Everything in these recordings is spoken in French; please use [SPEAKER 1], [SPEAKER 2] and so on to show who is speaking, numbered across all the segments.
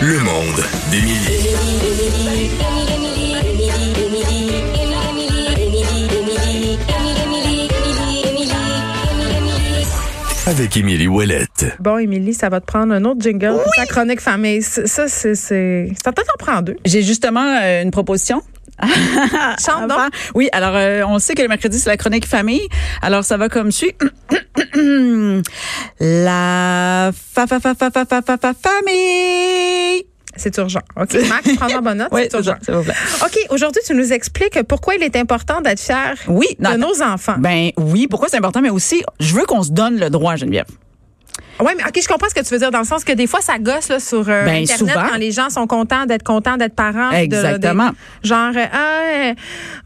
[SPEAKER 1] Le monde d'Émilie. Avec Émilie Ouellette.
[SPEAKER 2] Bon, Émilie, ça va te prendre un autre jingle pour ta chronique famille. C- Ça, c'est. c'est- Ça peut-être en prend deux.
[SPEAKER 3] J'ai justement euh, une proposition. Ah,
[SPEAKER 2] Chante donc.
[SPEAKER 3] Avant- Oui, alors euh, on sait que le mercredi c'est la chronique famille. Alors ça va comme suit. la fa fa fa fa fa fa fa fa- famille.
[SPEAKER 2] C'est urgent. OK, Max, prends-en bonne note.
[SPEAKER 3] Oui,
[SPEAKER 2] c'est urgent.
[SPEAKER 3] s'il vous plaît.
[SPEAKER 2] OK, aujourd'hui, tu nous expliques pourquoi il est important d'être fier
[SPEAKER 3] Oui,
[SPEAKER 2] de
[SPEAKER 3] non,
[SPEAKER 2] nos enfants.
[SPEAKER 3] Ben oui, pourquoi c'est important mais aussi je veux qu'on se donne le droit Geneviève.
[SPEAKER 2] Oui, mais OK, je comprends ce que tu veux dire dans le sens que des fois, ça gosse là, sur euh,
[SPEAKER 3] Ben,
[SPEAKER 2] Internet
[SPEAKER 3] souvent.
[SPEAKER 2] quand les gens sont contents d'être contents d'être parents. de-
[SPEAKER 3] Exactement.
[SPEAKER 2] des- genre, euh, ah, euh,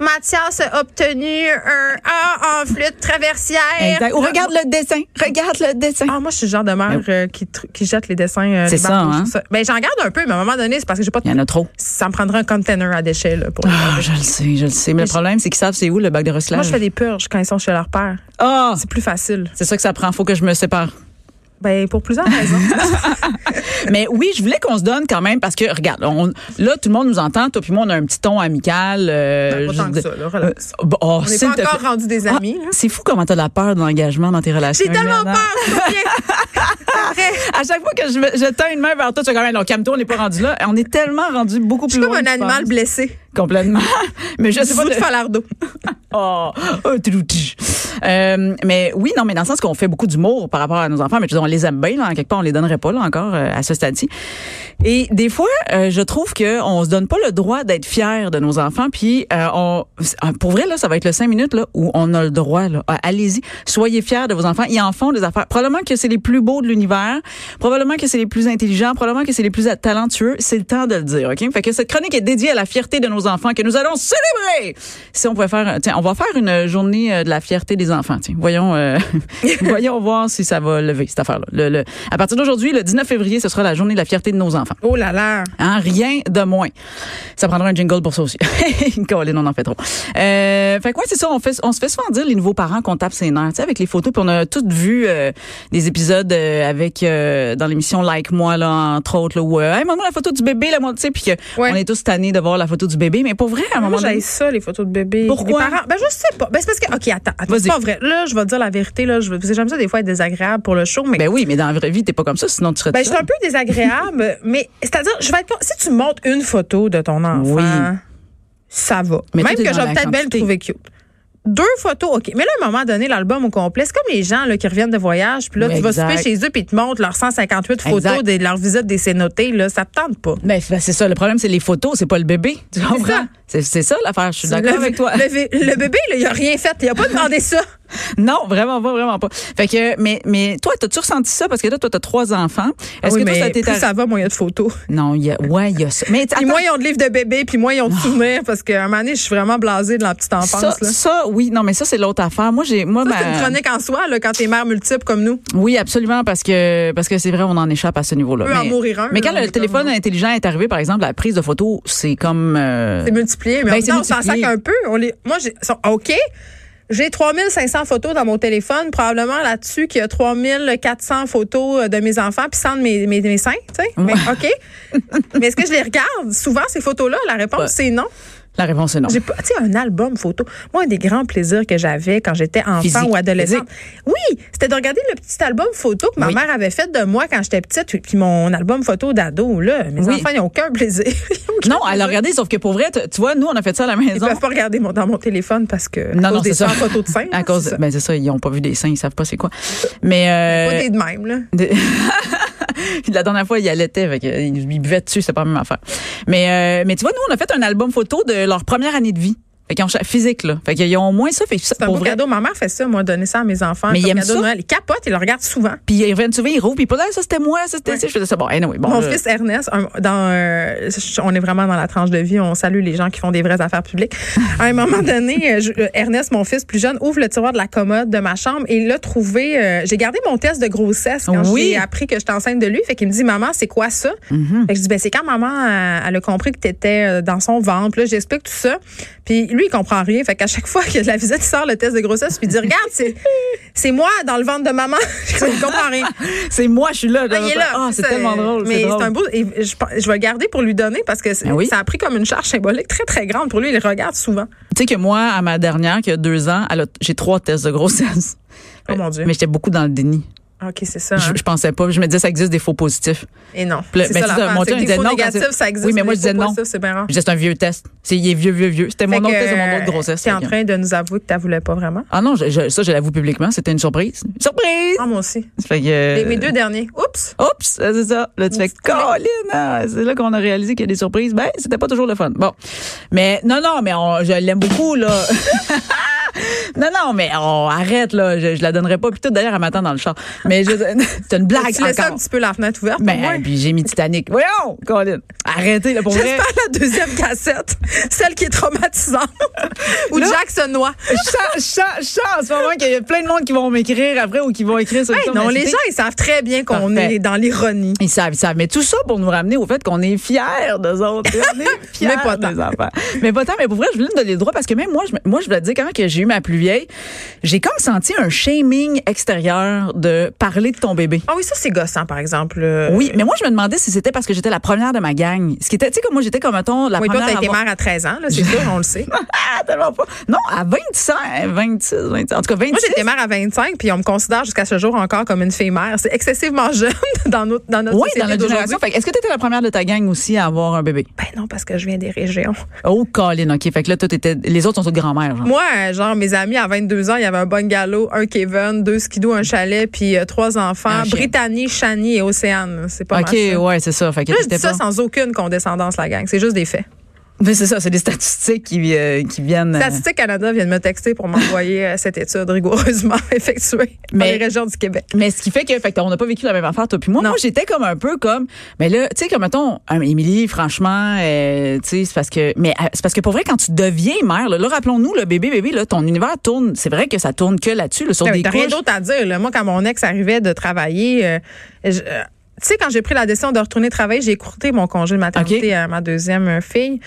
[SPEAKER 2] Mathias a obtenu un A en flûte traversière.
[SPEAKER 3] Exact. Ou regarde le dessin, regarde le dessin.
[SPEAKER 2] Ah, moi, je suis le genre de mère euh, qui, tr- qui jette les dessins. euh,
[SPEAKER 3] Ben C'est
[SPEAKER 2] du bateau,
[SPEAKER 3] ça,
[SPEAKER 2] je
[SPEAKER 3] hein?
[SPEAKER 2] trouve Ben, j'en garde un peu, mais à un moment donné, c'est parce que j'ai pas de.
[SPEAKER 3] Il y en a trop.
[SPEAKER 2] Ça me prendrait un container à déchets, là, pour.
[SPEAKER 3] Ah, je le sais, je le sais. Mais le problème c'est qu'ils savent c'est où le bac de
[SPEAKER 2] Moi,
[SPEAKER 3] recyclage.
[SPEAKER 2] je fais des purges quand ils sont chez leur père.
[SPEAKER 3] Ah,
[SPEAKER 2] C'est plus facile.
[SPEAKER 3] c'est ça que ça prend, faut que je me sépare.
[SPEAKER 2] Ben, pour plusieurs raisons.
[SPEAKER 3] Mais oui, je voulais qu'on se donne quand même parce que regarde, on- là tout le monde nous entend, toi puis moi on a un petit ton amical. euh,
[SPEAKER 2] Ben, pas tant
[SPEAKER 3] je-
[SPEAKER 2] que ça, là, relax.
[SPEAKER 3] Euh, bon,
[SPEAKER 2] On
[SPEAKER 3] oh,
[SPEAKER 2] n'est
[SPEAKER 3] s'il
[SPEAKER 2] pas
[SPEAKER 3] te
[SPEAKER 2] encore
[SPEAKER 3] plaît.
[SPEAKER 2] rendus des
[SPEAKER 3] Ah,
[SPEAKER 2] amis. là.
[SPEAKER 3] c'est fou comment t'as la peur de l'engagement dans tes relations.
[SPEAKER 2] J'ai tellement
[SPEAKER 3] humaines, hein.
[SPEAKER 2] peur, Sophie.
[SPEAKER 3] À chaque fois que je, me- je tends une main vers toi, tu es quand même, non, calme-toi, on n'est pas rendu là. On est tellement rendu beaucoup
[SPEAKER 2] Je
[SPEAKER 3] plus
[SPEAKER 2] suis comme
[SPEAKER 3] loin
[SPEAKER 2] un
[SPEAKER 3] que tu
[SPEAKER 2] animal
[SPEAKER 3] penses.
[SPEAKER 2] blessé.
[SPEAKER 3] Complètement. Mais je sais pas.
[SPEAKER 2] Vous de
[SPEAKER 3] de-
[SPEAKER 2] Falardeau.
[SPEAKER 3] Oh, oh, toulou, tch. Euh, mais oui, non, mais dans le sens qu'on fait beaucoup d'humour par rapport à nos enfants, mais je veux dire, on les aime bien, là, en quelque part, on les donnerait pas là encore euh, à ce stade-ci. Et des fois, euh, je trouve que on se donne pas le droit d'être fier de nos enfants, puis euh, on, pour vrai là, ça va être le cinq minutes là où on a le droit là. Ah, Allez-y, soyez fiers de vos enfants. Ils en font des affaires. Probablement que c'est les plus beaux de l'univers, probablement que c'est les plus intelligents, probablement que c'est les plus talentueux. C'est le temps de le dire, ok Fait que cette chronique est dédiée à la fierté de nos enfants que nous allons célébrer. Si on pouvait faire, tiens, on va faire une journée euh, de la fierté des enfants. Tiens, voyons, euh, voyons voir si ça va lever cette affaire-là. Le- le- à partir d'aujourd'hui, le 19 février, ce sera la journée de la fierté de nos enfants.
[SPEAKER 2] Oh là là.
[SPEAKER 3] Hein, rien de moins. Ça prendra un jingle pour ça aussi. Colin, on en fait trop. Euh, fait quoi, c'est ça, on, fait, on se fait souvent dire, les nouveaux parents, qu'on tape ses nerfs, tu sais, avec les photos. Puis on a toutes vu euh, des épisodes euh, avec, euh, dans l'émission Like Moi, là, entre autres, là, où, euh, hey, maman, la photo du bébé, là, moi, tu sais, puis que
[SPEAKER 2] Ouais. Ah,
[SPEAKER 3] on est tous tannés de voir la photo du bébé. Mais pour vrai, à un
[SPEAKER 2] Moi,
[SPEAKER 3] moment
[SPEAKER 2] j'aille
[SPEAKER 3] donné.
[SPEAKER 2] ça, les photos de bébés.
[SPEAKER 3] Pourquoi?
[SPEAKER 2] Les parents- Ben, je sais pas. Ben, c'est parce que. OK, attends. attends c'est
[SPEAKER 3] Vas-y.
[SPEAKER 2] pas vrai. Là, je vais te dire la vérité. Là, je... parce que J'aime ça, des fois, être désagréable pour le show, mais.
[SPEAKER 3] Ben oui, mais dans la vraie vie, t'es pas comme ça, sinon tu serais
[SPEAKER 2] Ben,
[SPEAKER 3] tout
[SPEAKER 2] je suis un
[SPEAKER 3] seul.
[SPEAKER 2] peu désagréable, mais c'est-à-dire, je vais être pas- Si tu montes une photo de ton enfant,
[SPEAKER 3] Oui.
[SPEAKER 2] ça va.
[SPEAKER 3] Mais
[SPEAKER 2] Même
[SPEAKER 3] tout est
[SPEAKER 2] que
[SPEAKER 3] dans
[SPEAKER 2] j'aurais
[SPEAKER 3] la
[SPEAKER 2] peut-être bien le
[SPEAKER 3] quantité.
[SPEAKER 2] trouver cute. Deux photos, OK. Mais là, à un moment donné, l'album au complet, c'est comme les gens là, qui reviennent de voyage, puis là,
[SPEAKER 3] Oui,
[SPEAKER 2] tu vas
[SPEAKER 3] exact.
[SPEAKER 2] souper chez eux, puis ils te montrent leurs 158 photos
[SPEAKER 3] Exact.
[SPEAKER 2] de leur visite des cénotés. Là, ça te tente pas.
[SPEAKER 3] Ben, c'est- ben, c'est ça, le problème, c'est les photos, c'est pas le bébé. Tu
[SPEAKER 2] ça.
[SPEAKER 3] comprends? C'est c'est ça l'affaire, je suis d'accord
[SPEAKER 2] Le-
[SPEAKER 3] avec toi.
[SPEAKER 2] Le, vé- le bébé, là, il a rien fait. Il a pas demandé ça. Ah
[SPEAKER 3] Non, vraiment pas, vraiment pas. Fait que, mais, mais toi, t'as-tu ressenti ça? Parce que là, toi, t'as trois enfants.
[SPEAKER 2] Ah
[SPEAKER 3] Est-ce
[SPEAKER 2] Oui,
[SPEAKER 3] que toi,
[SPEAKER 2] mais
[SPEAKER 3] ça t'est
[SPEAKER 2] plus
[SPEAKER 3] arri-
[SPEAKER 2] ça va, moins il y a de photos.
[SPEAKER 3] Non, il y a, ouais, il y a ça. Mais
[SPEAKER 2] Puis
[SPEAKER 3] attends, Ah.
[SPEAKER 2] moins ils ont de livres de bébé, puis moins ils ont de souvenirs, parce qu'à un moment donné, je suis vraiment blasée de la petite enfance.
[SPEAKER 3] ça,
[SPEAKER 2] là.
[SPEAKER 3] ça, oui, non, mais ça, c'est l'autre affaire. Moi, j'ai, moi,
[SPEAKER 2] Ça, c'est une
[SPEAKER 3] ma-
[SPEAKER 2] chronique en soi, là, quand t'es mère multiple comme nous.
[SPEAKER 3] oui, absolument, parce que, parce que c'est vrai, on en échappe à ce niveau-là.
[SPEAKER 2] Peut en mourir un,
[SPEAKER 3] mais
[SPEAKER 2] là,
[SPEAKER 3] quand
[SPEAKER 2] on est
[SPEAKER 3] le téléphone
[SPEAKER 2] comme-
[SPEAKER 3] intelligent est arrivé, par exemple, la prise de photo, c'est comme, euh,
[SPEAKER 2] C'est multiplié, mais
[SPEAKER 3] Ben,
[SPEAKER 2] en même
[SPEAKER 3] c'est
[SPEAKER 2] temps, on s'en sac
[SPEAKER 3] multiplié.
[SPEAKER 2] un peu. On les... Moi, j'ai... sont- OK, j'ai 3500 photos dans mon téléphone. Probablement là-dessus qu'il y a 3400 photos euh, de mes enfants puis 100 de mes, mes, mes seins, tu sais. Mais OK. mais est-ce que je les regarde souvent, ces photos-là? La réponse,
[SPEAKER 3] Ouais.
[SPEAKER 2] c'est non.
[SPEAKER 3] la réponse est non.
[SPEAKER 2] J'ai pas, tu sais, un album photo. Moi, un des grands plaisirs que j'avais quand j'étais enfant
[SPEAKER 3] Physique.
[SPEAKER 2] ou adolescente, oui, c'était de regarder le petit album photo que ma
[SPEAKER 3] Oui.
[SPEAKER 2] mère avait fait de moi quand j'étais petite, puis mon album photo d'ado, là. Mes
[SPEAKER 3] Oui.
[SPEAKER 2] enfants, ils n'ont aucun plaisir. Ils ont aucun
[SPEAKER 3] Non, alors
[SPEAKER 2] plaisir.
[SPEAKER 3] regardez, sauf que pour vrai, t- tu vois, nous, on a fait ça à la
[SPEAKER 2] Ils
[SPEAKER 3] maison.
[SPEAKER 2] peuvent pas regarder mon, dans mon téléphone parce que à
[SPEAKER 3] Non,
[SPEAKER 2] cause
[SPEAKER 3] non,
[SPEAKER 2] des
[SPEAKER 3] c'est ça.
[SPEAKER 2] photos de seins.
[SPEAKER 3] À cause,
[SPEAKER 2] c'est ça.
[SPEAKER 3] ben, c'est ça, ils ont pas vu des seins, ils savent pas c'est quoi. Mais, euh,
[SPEAKER 2] Pas des de même, là.
[SPEAKER 3] De- Puis la dernière fois, il allaitait, fait que, euh, il buvait dessus, c'est pas la même affaire. Mais, euh, mais tu vois, nous, on a fait un album photo de leur première année de vie. Fait qu'ils ont cha- physique, là. Fait qu'ils ont au moins ça. Fait que ça,
[SPEAKER 2] C'est un
[SPEAKER 3] pour
[SPEAKER 2] beau
[SPEAKER 3] vrai.
[SPEAKER 2] cadeau. Ma mère fait ça, moi, donner ça à mes enfants.
[SPEAKER 3] Mais
[SPEAKER 2] comme
[SPEAKER 3] il aime
[SPEAKER 2] cadeau de
[SPEAKER 3] ça?
[SPEAKER 2] Noël. Ils capotent, ils le regardent souvent.
[SPEAKER 3] Puis ils reviennent souvent, ils rouvent, puis ils posent, Ah, ça c'était moi, ça c'était ça. Je faisais ça. Bon, anyway, bon.
[SPEAKER 2] Mon
[SPEAKER 3] là.
[SPEAKER 2] fils Ernest, un- dans, euh, on est vraiment dans la tranche de vie, on salue les gens qui font des vraies affaires publiques. À un moment donné, euh, je- euh, Ernest, mon fils plus jeune, ouvre le tiroir de la commode de ma chambre et il l'a trouvé. euh, j'ai gardé mon test de grossesse quand
[SPEAKER 3] Oui. Mm-hmm.
[SPEAKER 2] j'ai appris que j'étais enceinte de lui. Fait qu'il me dit, maman, c'est quoi ça? Fait que je dis, ben, c'est quand maman, euh, elle a compris que t'étais euh, dans son ventre. Là, j'explique tout ça. Puis lui, il comprend rien. Fait qu'à chaque fois que la visite, il sort le test de grossesse, puis il dit, regarde, c'est, c'est moi dans le ventre de maman. il comprend rien.
[SPEAKER 3] C'est moi, je suis là.
[SPEAKER 2] Ah, il est là.
[SPEAKER 3] Ah, c'est
[SPEAKER 2] Ça,
[SPEAKER 3] tellement drôle.
[SPEAKER 2] Mais c'est
[SPEAKER 3] drôle.
[SPEAKER 2] un beau. et je, pense- je vais le garder pour lui donner parce que c'est-
[SPEAKER 3] Ben oui.
[SPEAKER 2] ça a pris comme une charge symbolique très, très grande pour lui. Il le regarde souvent. Oh
[SPEAKER 3] Tu sais que moi, à ma dernière, qui a deux ans, elle a- j'ai trois tests de grossesse.
[SPEAKER 2] Oh mon Dieu.
[SPEAKER 3] Ben, Mais j'étais beaucoup dans le déni.
[SPEAKER 2] OK, c'est ça. hein.
[SPEAKER 3] Je, je pensais pas. Je me disais, ça existe des faux positifs.
[SPEAKER 2] Et non.
[SPEAKER 3] Puis là,
[SPEAKER 2] c'est
[SPEAKER 3] ben,
[SPEAKER 2] ça,
[SPEAKER 3] c'est ça,
[SPEAKER 2] l'affaire,
[SPEAKER 3] mon
[SPEAKER 2] c'est
[SPEAKER 3] chum,
[SPEAKER 2] que des
[SPEAKER 3] il disait
[SPEAKER 2] faux
[SPEAKER 3] non, quand
[SPEAKER 2] négatifs,
[SPEAKER 3] c'est-
[SPEAKER 2] ça existe.
[SPEAKER 3] Oui, mais moi,
[SPEAKER 2] des
[SPEAKER 3] je disais
[SPEAKER 2] faux
[SPEAKER 3] non.
[SPEAKER 2] positifs, C'est bien rare.
[SPEAKER 3] Je disais, c'est un vieux test. C'est, il est vieux, vieux, vieux. C'était mon
[SPEAKER 2] Fait
[SPEAKER 3] autre
[SPEAKER 2] que, euh,
[SPEAKER 3] test, c'est mon autre grossesse.
[SPEAKER 2] T'es en
[SPEAKER 3] Fait que-
[SPEAKER 2] train de nous avouer que t'as voulais pas vraiment.
[SPEAKER 3] Ah non, je- je- ça, je l'avoue publiquement. C'était une surprise. Une surprise!
[SPEAKER 2] Ah, moi aussi.
[SPEAKER 3] Fait que, euh,
[SPEAKER 2] Les- mes deux derniers. Oups!
[SPEAKER 3] Oups, euh, c'est ça. Là, tu fais
[SPEAKER 2] petite coulée.
[SPEAKER 3] Colline, ah, c'est là qu'on a réalisé qu'il y a des surprises. Ben, c'était pas toujours le fun. Bon. Mais non, non, mais on- je l'aime beaucoup, là. non, non, mais on arrête, là. Je, je la donnerai pas. Puis tout, d'ailleurs, elle m'attend dans le char. Mais je- c'est une blague.
[SPEAKER 2] Tu laisses un
[SPEAKER 3] encore.
[SPEAKER 2] petit peu la fenêtre ouverte.
[SPEAKER 3] Ben,
[SPEAKER 2] au moins.
[SPEAKER 3] puis j'ai mis Titanic. Voyons, Colin. Arrêtez, là, pour vrai.
[SPEAKER 2] J'espère la deuxième cassette, celle qui est traumatisante, où
[SPEAKER 3] Là-
[SPEAKER 2] Jack se noie.
[SPEAKER 3] Je sens, je sens- je sens en ce moment qu'il y a plein de monde qui vont m'écrire après ou qui vont écrire sur le
[SPEAKER 2] Hey,
[SPEAKER 3] site.
[SPEAKER 2] Ben non,
[SPEAKER 3] Mais
[SPEAKER 2] les
[SPEAKER 3] c'était-
[SPEAKER 2] gens, ils savent très bien qu'on
[SPEAKER 3] Parfait.
[SPEAKER 2] est dans l'ironie.
[SPEAKER 3] Ils savent, ils savent. Mais tout ça pour nous ramener au fait qu'on est fiers d'eux autres. On est fiers
[SPEAKER 2] Mais pas tant.
[SPEAKER 3] des enfants. Mais pas tant. Mais pour vrai, je voulais me donner le droit parce que même moi, je, me- moi, je voulais te dire quand que j'ai eu ma plus vieille, j'ai comme senti un shaming extérieur de parler de ton bébé.
[SPEAKER 2] Ah oui, ça, c'est gossant, par exemple. Euh,
[SPEAKER 3] Oui, mais moi, je me demandais si c'était parce que j'étais la première de ma gang. Ce qui était, tu sais, comme moi, j'étais comme, mettons, la
[SPEAKER 2] Oui, toi,
[SPEAKER 3] première.
[SPEAKER 2] t'as
[SPEAKER 3] à
[SPEAKER 2] été
[SPEAKER 3] avoir-
[SPEAKER 2] mère à 13 ans, là, c'est sûr, on le sait. Moi,
[SPEAKER 3] Ah, tellement pas. Non, à 25, 26, 26. En tout cas, 26.
[SPEAKER 2] j'étais mère à 25, puis on me considère jusqu'à ce jour encore comme une fille mère. C'est excessivement jeune dans notre, dans notre
[SPEAKER 3] oui,
[SPEAKER 2] société
[SPEAKER 3] dans notre
[SPEAKER 2] d'aujourd'hui.
[SPEAKER 3] génération. Fait que Est-ce que tu étais la première de ta gang aussi à avoir un bébé?
[SPEAKER 2] Ben non, parce que je viens des régions.
[SPEAKER 3] Oh, Colin, OK. Fait que là, toi, t'étais- les autres sont toutes grand-mères. genre.
[SPEAKER 2] Moi, euh, genre, mes amis, à 22 ans, il y avait un bungalow, un Kevin, deux skidoo, un chalet, puis euh, trois enfants.
[SPEAKER 3] Un chien.
[SPEAKER 2] Brittany, Shani et Océane. C'est pas
[SPEAKER 3] Ah, OK,
[SPEAKER 2] mal ça.
[SPEAKER 3] ouais, c'est ça. Fait que
[SPEAKER 2] Là, je
[SPEAKER 3] t'étais
[SPEAKER 2] dis ça
[SPEAKER 3] pas-
[SPEAKER 2] sans aucune condescendance, la gang. C'est juste des faits.
[SPEAKER 3] Mais c'est ça, c'est des statistiques qui, euh, qui viennent. euh,
[SPEAKER 2] Statistique Canada vient de me texter pour m'envoyer euh, cette étude rigoureusement effectuée dans
[SPEAKER 3] Mais-
[SPEAKER 2] les régions du Québec.
[SPEAKER 3] Mais ce qui fait que, fait que on n'a pas vécu la même affaire, toi puis moi.
[SPEAKER 2] Non.
[SPEAKER 3] Moi, j'étais comme un peu comme, mais là, tu sais, comme mettons, hum, Émilie, franchement, euh, tu sais, c'est parce que, mais euh, c'est parce que pour vrai, quand tu deviens mère, là, là, rappelons-nous, le bébé, bébé, là, ton univers tourne, c'est vrai que ça tourne que là-dessus, là, sur
[SPEAKER 2] Ah oui,
[SPEAKER 3] des
[SPEAKER 2] T'as rien
[SPEAKER 3] couches.
[SPEAKER 2] d'autre à dire. là. Moi, quand mon ex arrivait de travailler, euh, je- euh, tu sais, quand j'ai pris la décision de retourner travailler, j'ai écourté mon congé de maternité
[SPEAKER 3] OK.
[SPEAKER 2] à ma deuxième euh, fille.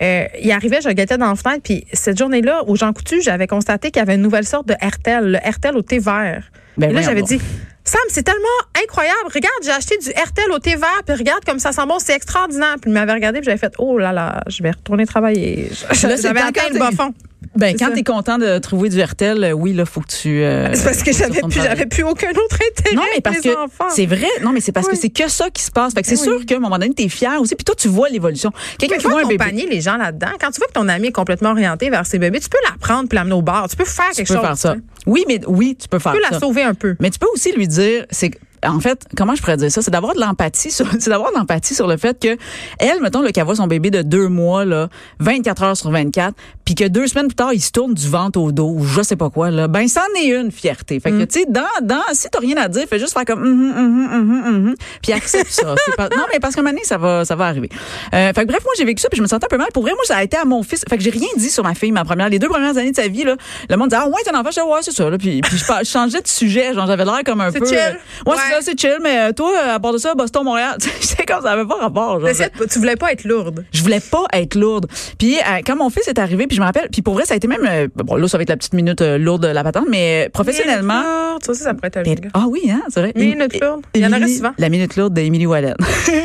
[SPEAKER 2] Euh, il arrivait, je le guettais dans la fenêtre, puis cette journée-là, au Jean Coutu, j'avais constaté qu'il y avait une nouvelle sorte de RTL, le RTL au thé vert.
[SPEAKER 3] Ben
[SPEAKER 2] Et là,
[SPEAKER 3] voyons
[SPEAKER 2] j'avais
[SPEAKER 3] donc.
[SPEAKER 2] dit, Sam, c'est tellement incroyable. Regarde, j'ai acheté du RTL au thé vert, puis regarde comme ça sent bon, c'est extraordinaire. Puis il m'avait regardé, puis j'avais fait, oh là là, je vais retourner travailler.
[SPEAKER 3] Là, c'est
[SPEAKER 2] J'avais
[SPEAKER 3] quand
[SPEAKER 2] atteint
[SPEAKER 3] t'es-
[SPEAKER 2] le bas fond.
[SPEAKER 3] Ben,
[SPEAKER 2] C'est
[SPEAKER 3] quand
[SPEAKER 2] ça.
[SPEAKER 3] t'es content de trouver du Vertel, euh, oui, là, faut que tu. euh,
[SPEAKER 2] C'est parce que
[SPEAKER 3] tu
[SPEAKER 2] j'avais
[SPEAKER 3] retournes
[SPEAKER 2] plus,
[SPEAKER 3] travailler.
[SPEAKER 2] j'avais plus aucun autre intérêt
[SPEAKER 3] Non, mais
[SPEAKER 2] que
[SPEAKER 3] parce
[SPEAKER 2] les
[SPEAKER 3] que
[SPEAKER 2] enfants.
[SPEAKER 3] c'est vrai. Non, mais c'est parce
[SPEAKER 2] Oui.
[SPEAKER 3] que c'est que ça qui se passe. Fait que c'est
[SPEAKER 2] Oui.
[SPEAKER 3] sûr qu'à un moment donné, t'es fier aussi. Puis toi, tu vois l'évolution. Quelqu'un
[SPEAKER 2] Tu
[SPEAKER 3] qui voit
[SPEAKER 2] peux
[SPEAKER 3] un bébé.
[SPEAKER 2] accompagner les gens là-dedans. Quand tu vois que ton ami est complètement orienté vers ses bébés, tu peux la prendre puis l'amener au bar. Tu peux faire
[SPEAKER 3] Tu
[SPEAKER 2] quelque
[SPEAKER 3] peux
[SPEAKER 2] chose.
[SPEAKER 3] faire ça.
[SPEAKER 2] Tu sais.
[SPEAKER 3] Oui, mais oui, tu peux faire
[SPEAKER 2] Tu peux
[SPEAKER 3] ça.
[SPEAKER 2] la sauver un peu.
[SPEAKER 3] Mais tu peux aussi lui dire, c'est en fait, comment je pourrais dire ça, c'est d'avoir de l'empathie sur, c'est d'avoir de l'empathie sur le fait que elle, mettons le qu'elle voit son bébé de deux mois là, 24 heures sur 24, puis que deux semaines plus tard il se tourne du ventre au dos ou je sais pas quoi là, ben ça en est une fierté. Fait
[SPEAKER 2] Mm.
[SPEAKER 3] que tu sais, dans, dans, si t'as rien à dire, fais juste faire comme, hum, hum, hum, hum, hum, hum, puis accepte ça. C'est pas- non mais parce qu'à un moment donné, ça va, ça va arriver. Euh, fait que bref, moi j'ai vécu ça, puis je me sentais un peu mal. Pour vrai, moi ça a été à mon fils. Fait que j'ai rien dit sur ma fille, ma première, les deux premières années de sa vie là, le monde disait ah ouais t'es un enfant, je disais, ouais c'est ça là, puis, puis je, par- je changeais de sujet, genre j'avais l'air comme un
[SPEAKER 2] C'est
[SPEAKER 3] peu,
[SPEAKER 2] chill.
[SPEAKER 3] euh, ouais, c'est
[SPEAKER 2] Ouais.
[SPEAKER 3] ça, c'est chill, mais euh, toi, euh, à part de ça, Boston, Montréal, tu sais, j'étais comme ça avait pas rapport. Genre,
[SPEAKER 2] Mais c'est- Tu voulais pas être lourde.
[SPEAKER 3] je voulais pas être lourde. Puis euh, quand mon fils est arrivé, puis je me rappelle, puis pour vrai, ça a été même, euh, bon là, ça va être la petite minute euh, lourde de la patente, mais euh, professionnellement.
[SPEAKER 2] Minute lourde, Ça aussi, ça pourrait être un
[SPEAKER 3] Mais-
[SPEAKER 2] jingle.
[SPEAKER 3] ah oui, hein, c'est vrai.
[SPEAKER 2] Minute
[SPEAKER 3] Émi-
[SPEAKER 2] lourde. Il y en aurait
[SPEAKER 3] Émilie-
[SPEAKER 2] souvent.
[SPEAKER 3] La minute lourde d'Émilie Wallen.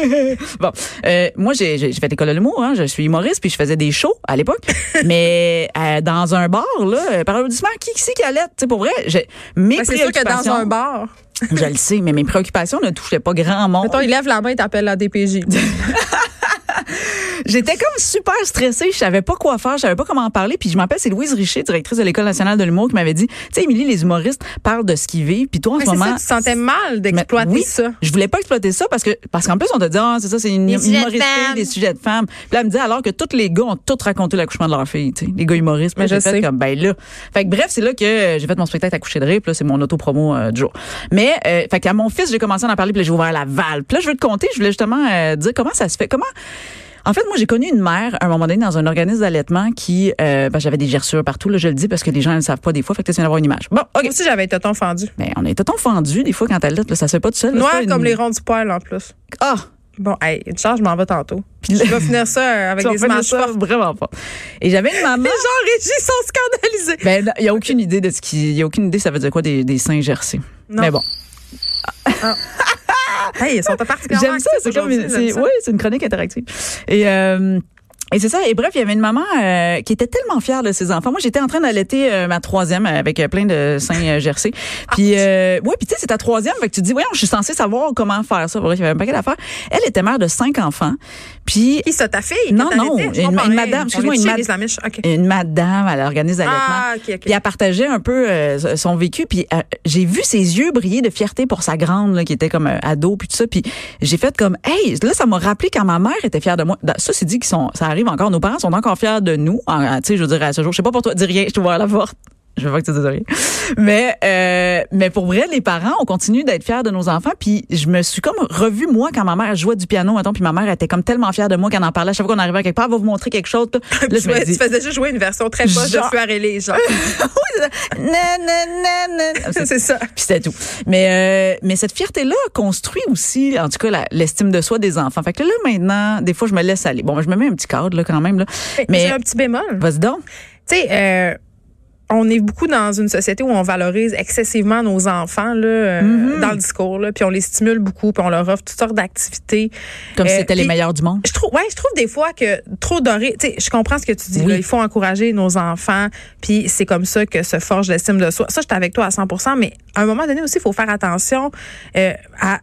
[SPEAKER 3] bon, euh, moi, j'ai, j'ai j'ai fait l'école de l'humour, hein, je suis humoriste, puis je faisais des shows à l'époque. mais euh, dans un bar, là, euh, par applaudissement, qui, qui c'est qui allait? Tu sais, pour vrai, j'ai, mes
[SPEAKER 2] Ben, C'est sûr que dans
[SPEAKER 3] préoccupations-
[SPEAKER 2] un bar,
[SPEAKER 3] Je le sais, mais mes préoccupations ne touchaient pas grand monde.
[SPEAKER 2] mettons, il lève la main et t'appelle la DPJ.
[SPEAKER 3] J'étais comme super stressée, je savais pas quoi faire, je savais pas comment en parler. Puis je m'appelle, c'est Louise Richer, directrice de l'École nationale de l'humour, qui m'avait dit, tu sais, Émilie, les humoristes parlent de ce qu'ils vivent. Puis toi, en
[SPEAKER 2] Mais
[SPEAKER 3] ce
[SPEAKER 2] c'est ça,
[SPEAKER 3] moment,
[SPEAKER 2] tu te sentais mal
[SPEAKER 3] mais
[SPEAKER 2] d'exploiter
[SPEAKER 3] oui,
[SPEAKER 2] ça.
[SPEAKER 3] Je voulais pas exploiter ça parce que parce qu'en plus on te dit ah c'est ça c'est une
[SPEAKER 4] Des
[SPEAKER 3] une
[SPEAKER 4] sujets de
[SPEAKER 3] humoriste
[SPEAKER 4] femmes.
[SPEAKER 3] des sujets de femmes. Puis là elle me dit alors que tous les gars ont tous raconté l'accouchement de leur fille, tu sais, les gars humoristes. Puis
[SPEAKER 2] Mais
[SPEAKER 3] j'ai
[SPEAKER 2] je
[SPEAKER 3] fait
[SPEAKER 2] sais.
[SPEAKER 3] comme ben là. Fait que bref, c'est là que euh, j'ai fait mon spectacle accouché de rire, puis là c'est mon auto promo du jour. Mais euh, fait qu'à mon fils, j'ai commencé à en parler, puis là j'ai ouvert la valve. Puis là je veux te compter, je voulais justement euh, dire comment ça se fait, comment en fait, moi, j'ai connu une mère à un moment donné dans un organisme d'allaitement qui, euh, ben, j'avais des gerçures partout. Là, je le dis parce que les gens ne le savent pas des fois. Fait que tu viens d'avoir une image. Bon, ok.
[SPEAKER 2] Moi aussi, j'avais été ton fendu.
[SPEAKER 3] Mais on est toton fendu des fois quand elle là, ça se fait pas tout seul. là, c'est
[SPEAKER 2] Noir
[SPEAKER 3] pas une-
[SPEAKER 2] comme les ronds du poil, en plus.
[SPEAKER 3] Ah,
[SPEAKER 2] Bon, hey, une charge, je m'en vais tantôt.
[SPEAKER 3] Puis
[SPEAKER 2] je
[SPEAKER 3] là-
[SPEAKER 2] vais finir ça euh, avec
[SPEAKER 3] tu vas
[SPEAKER 2] des
[SPEAKER 3] faire
[SPEAKER 2] images
[SPEAKER 3] ça
[SPEAKER 2] fortes.
[SPEAKER 3] vraiment pas. Et j'avais une maman.
[SPEAKER 2] Les gens régis sont scandalisés.
[SPEAKER 3] Ben, là, il y a aucune idée de ce qui, il y a aucune idée ça veut dire quoi des, des seins gercés.
[SPEAKER 2] Non.
[SPEAKER 3] Mais bon,
[SPEAKER 2] Hey, ils sont particulièrement
[SPEAKER 3] j'aime
[SPEAKER 2] actifs
[SPEAKER 3] ça. C'est comme,
[SPEAKER 2] aujourd'hui,
[SPEAKER 3] une-
[SPEAKER 2] j'aime
[SPEAKER 3] c'est,
[SPEAKER 2] ça.
[SPEAKER 3] oui, c'est une chronique interactive. Et euh, et c'est ça. Et bref, il y avait une maman euh, qui était tellement fière de ses enfants. Moi, j'étais en train d'allaiter euh, ma troisième avec euh, plein de seins euh, gercés.
[SPEAKER 2] Ah,
[SPEAKER 3] Puis, euh, ouais, puis tu sais, c'est ta troisième. Fait que tu te dis, voyons, je suis censée savoir comment faire ça. Bref, il y avait un paquet d'affaires. Elle était mère de cinq enfants. Puis,
[SPEAKER 2] Qui ça, ta fille?
[SPEAKER 3] Non,
[SPEAKER 2] que t'as
[SPEAKER 3] non,
[SPEAKER 2] allaité? Je
[SPEAKER 3] une-
[SPEAKER 2] comprends
[SPEAKER 3] une
[SPEAKER 2] rien.
[SPEAKER 3] madame,
[SPEAKER 2] On
[SPEAKER 3] excuse-moi,
[SPEAKER 2] est
[SPEAKER 3] une
[SPEAKER 2] chez
[SPEAKER 3] madame.
[SPEAKER 2] les Amish. OK.
[SPEAKER 3] une madame, elle organise l'allaitement.
[SPEAKER 2] Ah, ok, ok.
[SPEAKER 3] Puis elle partageait un peu euh, son vécu. Puis euh, j'ai vu ses yeux briller de fierté pour sa grande, là, qui était comme euh, ado, puis tout ça. Puis j'ai fait comme, hey, là, ça m'a rappelé quand ma mère était fière de moi. Dans- Ça, c'est dit qu'ils sont, ça arrive encore. Nos parents sont encore fiers de nous. en- en- Tu sais, je veux dire, à ce jour, je sais pas pour toi, dis rien, je t'ouvre la porte. Je veux pas que tu dises rien. Mais, euh, mais pour vrai, les parents, on continue d'être fiers de nos enfants. Puis je me suis comme revue, moi, quand ma mère jouait du piano, mettons, puis ma mère elle était comme tellement fière de moi qu'elle en parlait. À chaque fois qu'on arrivait à quelque part, elle va vous montrer quelque chose. Puis Là,
[SPEAKER 2] Tu
[SPEAKER 3] je me
[SPEAKER 2] fais- tu
[SPEAKER 3] dis-
[SPEAKER 2] faisais juste jouer une version très poche de
[SPEAKER 3] Genre-
[SPEAKER 2] Fuarelli, genre.
[SPEAKER 3] Na, na, na, na. Puis
[SPEAKER 2] C'est ça.
[SPEAKER 3] c'était tout. Mais euh, mais cette fierté là construit aussi en tout cas la- l'estime de soi des enfants. Fait que là maintenant, des fois je me laisse aller. Bon, je me mets un petit cadre là quand même là.
[SPEAKER 2] Mais
[SPEAKER 3] Mais
[SPEAKER 2] j'ai un petit bémol.
[SPEAKER 3] vas-y donc.
[SPEAKER 2] Tu sais, euh, on est beaucoup dans une société où on valorise excessivement nos enfants là, euh,
[SPEAKER 3] Mm-hmm.
[SPEAKER 2] dans le discours, là, puis on les stimule beaucoup, puis on leur offre toutes sortes d'activités.
[SPEAKER 3] Comme si
[SPEAKER 2] Euh,
[SPEAKER 3] c'était les
[SPEAKER 2] puis-
[SPEAKER 3] meilleurs du monde.
[SPEAKER 2] Je trouve, ouais, je trouve des fois que trop doré. Tu sais, je comprends ce que tu dis.
[SPEAKER 3] Oui.
[SPEAKER 2] là. il faut encourager nos enfants, puis c'est comme ça que se forge l'estime de soi. Ça, je suis avec toi à 100 mais à un moment donné aussi, il faut faire attention euh, à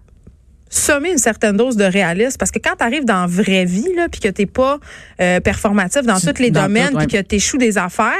[SPEAKER 2] sommer une certaine dose de réalisme parce que quand tu arrives dans la vraie vie là puis que t'es pas euh, performatif dans
[SPEAKER 3] Tu-
[SPEAKER 2] tous les
[SPEAKER 3] dans
[SPEAKER 2] domaines
[SPEAKER 3] tout, ouais.
[SPEAKER 2] puis que t'échoues des affaires,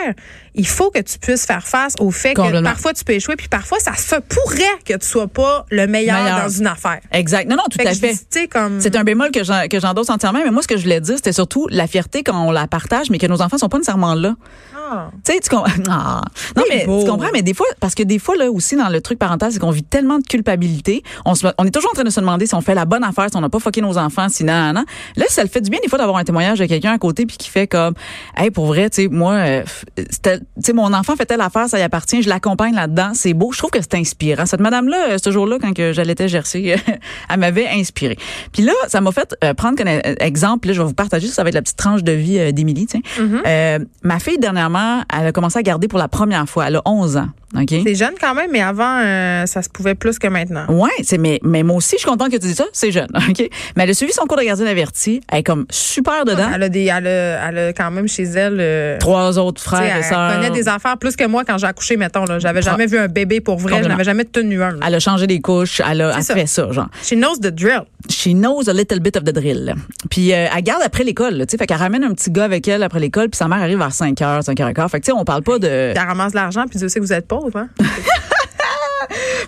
[SPEAKER 2] il faut que tu puisses faire face au fait que
[SPEAKER 3] Complètement.
[SPEAKER 2] parfois tu peux échouer puis parfois ça se pourrait que tu sois pas le meilleur,
[SPEAKER 3] Meilleur.
[SPEAKER 2] dans une affaire.
[SPEAKER 3] Exact. Non non, tout
[SPEAKER 2] Fait que
[SPEAKER 3] à
[SPEAKER 2] je dis, hum.
[SPEAKER 3] fait.
[SPEAKER 2] tu sais comme
[SPEAKER 3] C'est un bémol que j'en- que j'endosse entièrement, mais moi, ce que je voulais dire, c'était surtout la fierté quand on la partage, mais que nos enfants sont pas nécessairement là.
[SPEAKER 2] Ah.
[SPEAKER 3] Tu sais, tu comprends. Ah. Non,
[SPEAKER 2] C'est
[SPEAKER 3] mais
[SPEAKER 2] beau.
[SPEAKER 3] tu comprends, mais des fois, parce que des fois, là, aussi, dans le truc parental, c'est qu'on vit tellement de culpabilité. On, se- on est toujours en train de se demander si on fait la bonne affaire, si on n'a pas fucké nos enfants, si nan, nan, nan. Là, ça le fait du bien, des fois, d'avoir un témoignage de quelqu'un à côté, puis qui fait comme, hey, pour vrai, tu sais, moi, euh, c'était- tu sais, mon enfant fait telle affaire, ça y appartient, je l'accompagne là-dedans, c'est beau. Je trouve que c'est inspirant. Cette madame-là, euh, ce jour-là, quand que j'allaitais gercer, elle m'avait inspirée. Puis là, ça m'a fait euh, prendre un exemple, là, je vais vous partager, ça va être la petite tranche de vie euh, d'Émilie, tu sais.
[SPEAKER 2] Mm-hmm.
[SPEAKER 3] Euh, ma fille, dernièrement, elle a commencé à garder pour la première fois. Elle a 11 ans. OK?
[SPEAKER 2] C'est jeune quand même, mais avant, euh, ça se pouvait plus que maintenant.
[SPEAKER 3] Ouais, c'est mais, mais moi aussi, je suis contente que tu dis ça. C'est jeune, ok. Mais elle a suivi son cours de gardienne averti. Elle est comme super dedans.
[SPEAKER 2] Elle a, des, elle, a, elle a quand même chez elle. euh,
[SPEAKER 3] Trois autres
[SPEAKER 2] tu sais,
[SPEAKER 3] frères et
[SPEAKER 2] elle
[SPEAKER 3] sœurs.
[SPEAKER 2] connaît des affaires plus que moi quand j'ai accouché, mettons. Là. J'avais
[SPEAKER 3] Pro-
[SPEAKER 2] jamais vu un bébé pour vrai. Je
[SPEAKER 3] Complètement.
[SPEAKER 2] n'avais jamais tenu un. là.
[SPEAKER 3] Elle a changé des couches. Elle a,
[SPEAKER 2] C'est
[SPEAKER 3] elle
[SPEAKER 2] ça.
[SPEAKER 3] fait ça, genre.
[SPEAKER 2] She knows the drill.
[SPEAKER 3] She knows a little bit of the drill. Puis euh, elle garde après l'école, là, tu sais. Fait qu'elle ramène un petit gars avec elle après l'école. Puis sa mère arrive vers 5 h 5 h 15 Fait que tu sais, on parle pas de.
[SPEAKER 2] Elle ramasse de l'argent, puis Dieu sait que vous êtes pauvre. Hein?
[SPEAKER 3] Ah,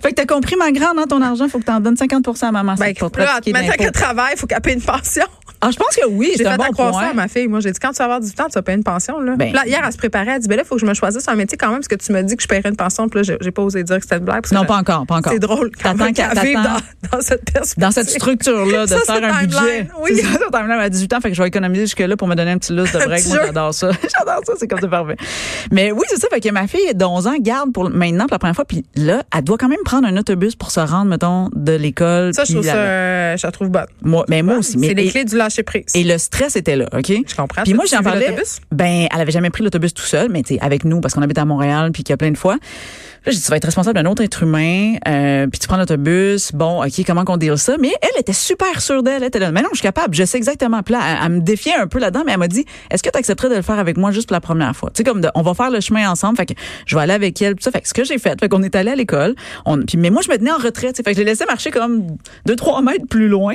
[SPEAKER 3] Fait que t'as compris ma grande, hein, ton argent, faut que t'en donnes 50% à maman.
[SPEAKER 2] Ben,
[SPEAKER 3] c'est pour
[SPEAKER 2] là,
[SPEAKER 3] pratiquer
[SPEAKER 2] maintenant
[SPEAKER 3] l'impôt.
[SPEAKER 2] qu'elle travaille, il faut qu'elle paye une pension.
[SPEAKER 3] Ah, je pense que oui,
[SPEAKER 2] J'ai
[SPEAKER 3] c'est un
[SPEAKER 2] fait
[SPEAKER 3] bon
[SPEAKER 2] accroire
[SPEAKER 3] point.
[SPEAKER 2] ça à ma fille. Moi, j'ai dit, quand tu vas avoir 18 ans, tu vas payer une pension. Là.
[SPEAKER 3] Ben.
[SPEAKER 2] Puis là, hier, elle se préparait. Elle dit, ben là, il faut que je me choisisse un métier quand même, parce que tu me dis que je paierais une pension. Puis là, j'ai, j'ai pas osé dire que c'était une blague. parce que
[SPEAKER 3] Non,
[SPEAKER 2] je-
[SPEAKER 3] pas encore, pas encore.
[SPEAKER 2] C'est drôle quand
[SPEAKER 3] T'attends
[SPEAKER 2] même
[SPEAKER 3] qu'elle-
[SPEAKER 2] qu'elle vive
[SPEAKER 3] t'attends-
[SPEAKER 2] dans, dans cette perspective.
[SPEAKER 3] dans cette structure-là de
[SPEAKER 2] Ça, c'est
[SPEAKER 3] faire un
[SPEAKER 2] timeline,
[SPEAKER 3] budget.
[SPEAKER 2] oui.
[SPEAKER 3] C'est ça, timeline à 18 ans, fait que je vais économiser jusque-là pour me donner un petit lustre de break.
[SPEAKER 2] petit
[SPEAKER 3] Moi,
[SPEAKER 2] jeu.
[SPEAKER 3] j'adore ça. j'adore ça, c'est comme c'est parfait. Mais oui, c'est ça, fait que ma fille d'11 ans garde pour maintenant pour la première fois, puis là, elle doit quand même prendre un autobus pour se rendre, mettons, de l'école.
[SPEAKER 2] Ça, je
[SPEAKER 3] puis
[SPEAKER 2] trouve
[SPEAKER 3] la-
[SPEAKER 2] ça, euh, je la trouve bonne.
[SPEAKER 3] Moi, mais moi aussi. Mais
[SPEAKER 2] C'est les
[SPEAKER 3] et-
[SPEAKER 2] clés du lâcher prise.
[SPEAKER 3] et le stress était là, OK?
[SPEAKER 2] Je comprends.
[SPEAKER 3] Puis moi,
[SPEAKER 2] T'as-tu
[SPEAKER 3] j'en
[SPEAKER 2] suivi
[SPEAKER 3] parlais.
[SPEAKER 2] l'autobus?
[SPEAKER 3] Ben, elle avait jamais pris l'autobus tout seul, mais tu sais, avec nous, parce qu'on habite à Montréal, puis qu'il y a plein de fois. Là, j'ai dit, tu vas être responsable d'un autre être humain, euh, puis tu prends l'autobus. Bon, OK, comment qu'on deal ça? Mais elle était super sûre d'elle. Elle était là, mais non, je suis capable, je sais exactement. Puis là, elle, elle me défiait un peu là-dedans, mais elle m'a dit, est-ce que tu accepterais de le faire avec moi juste pour la première fois? Tu sais, comme de, on va faire le chemin ensemble, fait que je vais aller avec elle, puis ça. Fait que ce que j'ai fait, fait qu'on est allé à l'école. On, puis, mais moi, je me tenais en retrait, tu sais. Fait que je l'ai laissé marcher comme deux, trois mètres plus loin.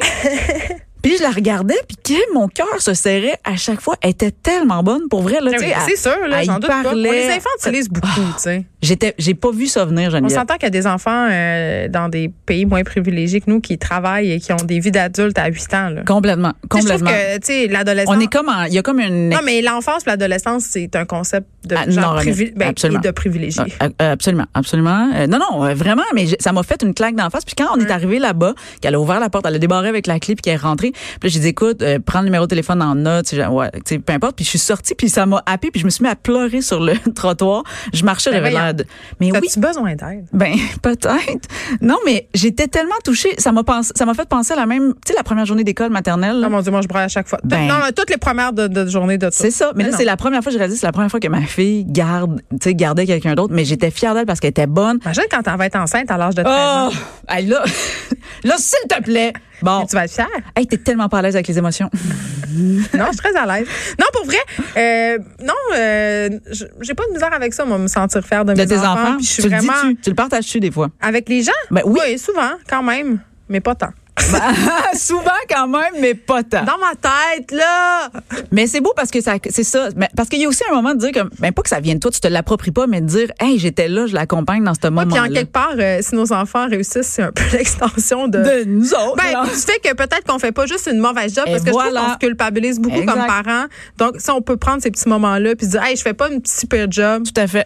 [SPEAKER 3] Puis je la regardais, puis que mon cœur se serrait à chaque fois. Elle était tellement bonne, pour vrai. Là,
[SPEAKER 2] Ah oui,
[SPEAKER 3] tu sais,
[SPEAKER 2] C'est
[SPEAKER 3] elle-
[SPEAKER 2] sûr, là,
[SPEAKER 3] elle
[SPEAKER 2] j'en
[SPEAKER 3] y
[SPEAKER 2] doute pas. On les
[SPEAKER 3] parlait. Ah,
[SPEAKER 2] infantilise beaucoup, tu sais.
[SPEAKER 3] J'étais, j'ai pas vu ça venir,
[SPEAKER 2] On
[SPEAKER 3] Geneviève.
[SPEAKER 2] s'entend qu'il y a des enfants euh, dans des pays moins privilégiés que nous qui travaillent et qui ont des vies d'adultes à 8 ans. Là.
[SPEAKER 3] Complètement,
[SPEAKER 2] Tu sais, Je
[SPEAKER 3] complètement.
[SPEAKER 2] trouve que, tu sais, l'adolescence.
[SPEAKER 3] On est comme, en- il y a comme une
[SPEAKER 2] Non, mais l'enfance et l'adolescence, c'est un concept de
[SPEAKER 3] Ah,
[SPEAKER 2] genre
[SPEAKER 3] non,
[SPEAKER 2] privi-
[SPEAKER 3] remettre.
[SPEAKER 2] ben,
[SPEAKER 3] Absolument.
[SPEAKER 2] et de privilégié.
[SPEAKER 3] Ah, ah, Absolument, absolument. Euh, non, non, euh, vraiment, mais j'ai- ça m'a fait une claque d'en face. Puis quand on est arrivé là-bas, qu'elle a ouvert la porte, elle a débarré avec la clé, puis qu'elle est rentrée, puis là, j'ai dit, écoute, euh, prends le numéro de téléphone en note, tu sais, genre, ouais, tu sais, peu importe. Puis je suis sortie, puis ça m'a happé, puis je me suis mis à pleurer sur le trottoir. Je marchais, j'avais
[SPEAKER 2] Ben voyons.
[SPEAKER 3] l'air de... Mais oui,
[SPEAKER 2] T'as-tu besoin d'aide?
[SPEAKER 3] ben peut-être. Non, mais j'étais tellement touchée, ça m'a pensé, ça m'a fait penser à la même, tu sais, la première journée d'école maternelle. là.
[SPEAKER 2] Non, Ah, mon Dieu, moi, je braille à chaque fois. Tout-
[SPEAKER 3] Ben-
[SPEAKER 2] non, non, toutes les premières de, de journée de tout.
[SPEAKER 3] C'est ça. Mais là,
[SPEAKER 2] non.
[SPEAKER 3] c'est la première fois que je réalise, c'est la première fois que ma fille garde, tu sais, gardait quelqu'un d'autre. Mais j'étais fière d'elle parce qu'elle était bonne.
[SPEAKER 2] Imagine quand t'en vas être enceinte à l'âge de 13
[SPEAKER 3] Oh,
[SPEAKER 2] ans.
[SPEAKER 3] hey, là, là, s'il te plaît. Bon.
[SPEAKER 2] Tu vas être fière.
[SPEAKER 3] Hey, t'es tellement pas à l'aise avec les émotions.
[SPEAKER 2] Non, je suis très à l'aise. Non, pour vrai, euh, non, euh, j- j'ai pas de misère avec ça, moi, me sentir fière de,
[SPEAKER 3] De
[SPEAKER 2] mes
[SPEAKER 3] tes enfants,
[SPEAKER 2] puis je suis
[SPEAKER 3] tu le
[SPEAKER 2] vraiment
[SPEAKER 3] dis-tu? Tu le partages-tu des fois?
[SPEAKER 2] avec les gens.
[SPEAKER 3] Ben oui.
[SPEAKER 2] souvent, quand même, mais pas tant.
[SPEAKER 3] Ah, souvent quand même, mais pas tant.
[SPEAKER 2] Dans ma tête, là.
[SPEAKER 3] Mais c'est beau parce que ça, c'est ça. Mais parce qu'il y a aussi un moment de dire que, ben pas que ça vienne de toi, tu te l'appropries pas, mais de dire, hey, j'étais là, je l'accompagne dans ce
[SPEAKER 2] Puis
[SPEAKER 3] moment-là.
[SPEAKER 2] en quelque part, euh, si nos enfants réussissent, c'est un peu l'extension de.
[SPEAKER 3] de nous autres.
[SPEAKER 2] Ben,
[SPEAKER 3] là.
[SPEAKER 2] du fait que peut-être qu'on fait pas juste une mauvaise job
[SPEAKER 3] Et
[SPEAKER 2] parce que je
[SPEAKER 3] voilà.
[SPEAKER 2] trouve qu'on se culpabilise beaucoup
[SPEAKER 3] Exact.
[SPEAKER 2] comme parents. Donc, si on peut prendre ces petits moments-là puis se dire, hey, je fais pas une petite super job.
[SPEAKER 3] Tout à fait.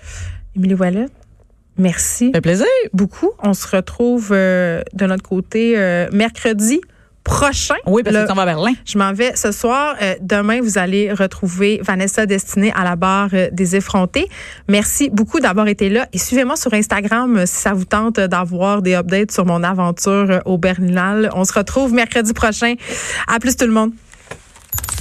[SPEAKER 2] Emily Wallet, merci.
[SPEAKER 3] Ça fait plaisir.
[SPEAKER 2] beaucoup. On se retrouve euh, de notre côté euh, mercredi prochain.
[SPEAKER 3] Oui, parce
[SPEAKER 2] Le-
[SPEAKER 3] que tu t'en vas à Berlin.
[SPEAKER 2] je m'en vais ce soir. Euh, demain, vous allez retrouver Vanessa Destinée à la barre euh, des effrontés. Merci beaucoup d'avoir été là et suivez-moi sur Instagram euh, si ça vous tente euh, d'avoir des updates sur mon aventure euh, au Berlinale. On se retrouve mercredi prochain. À plus tout le monde.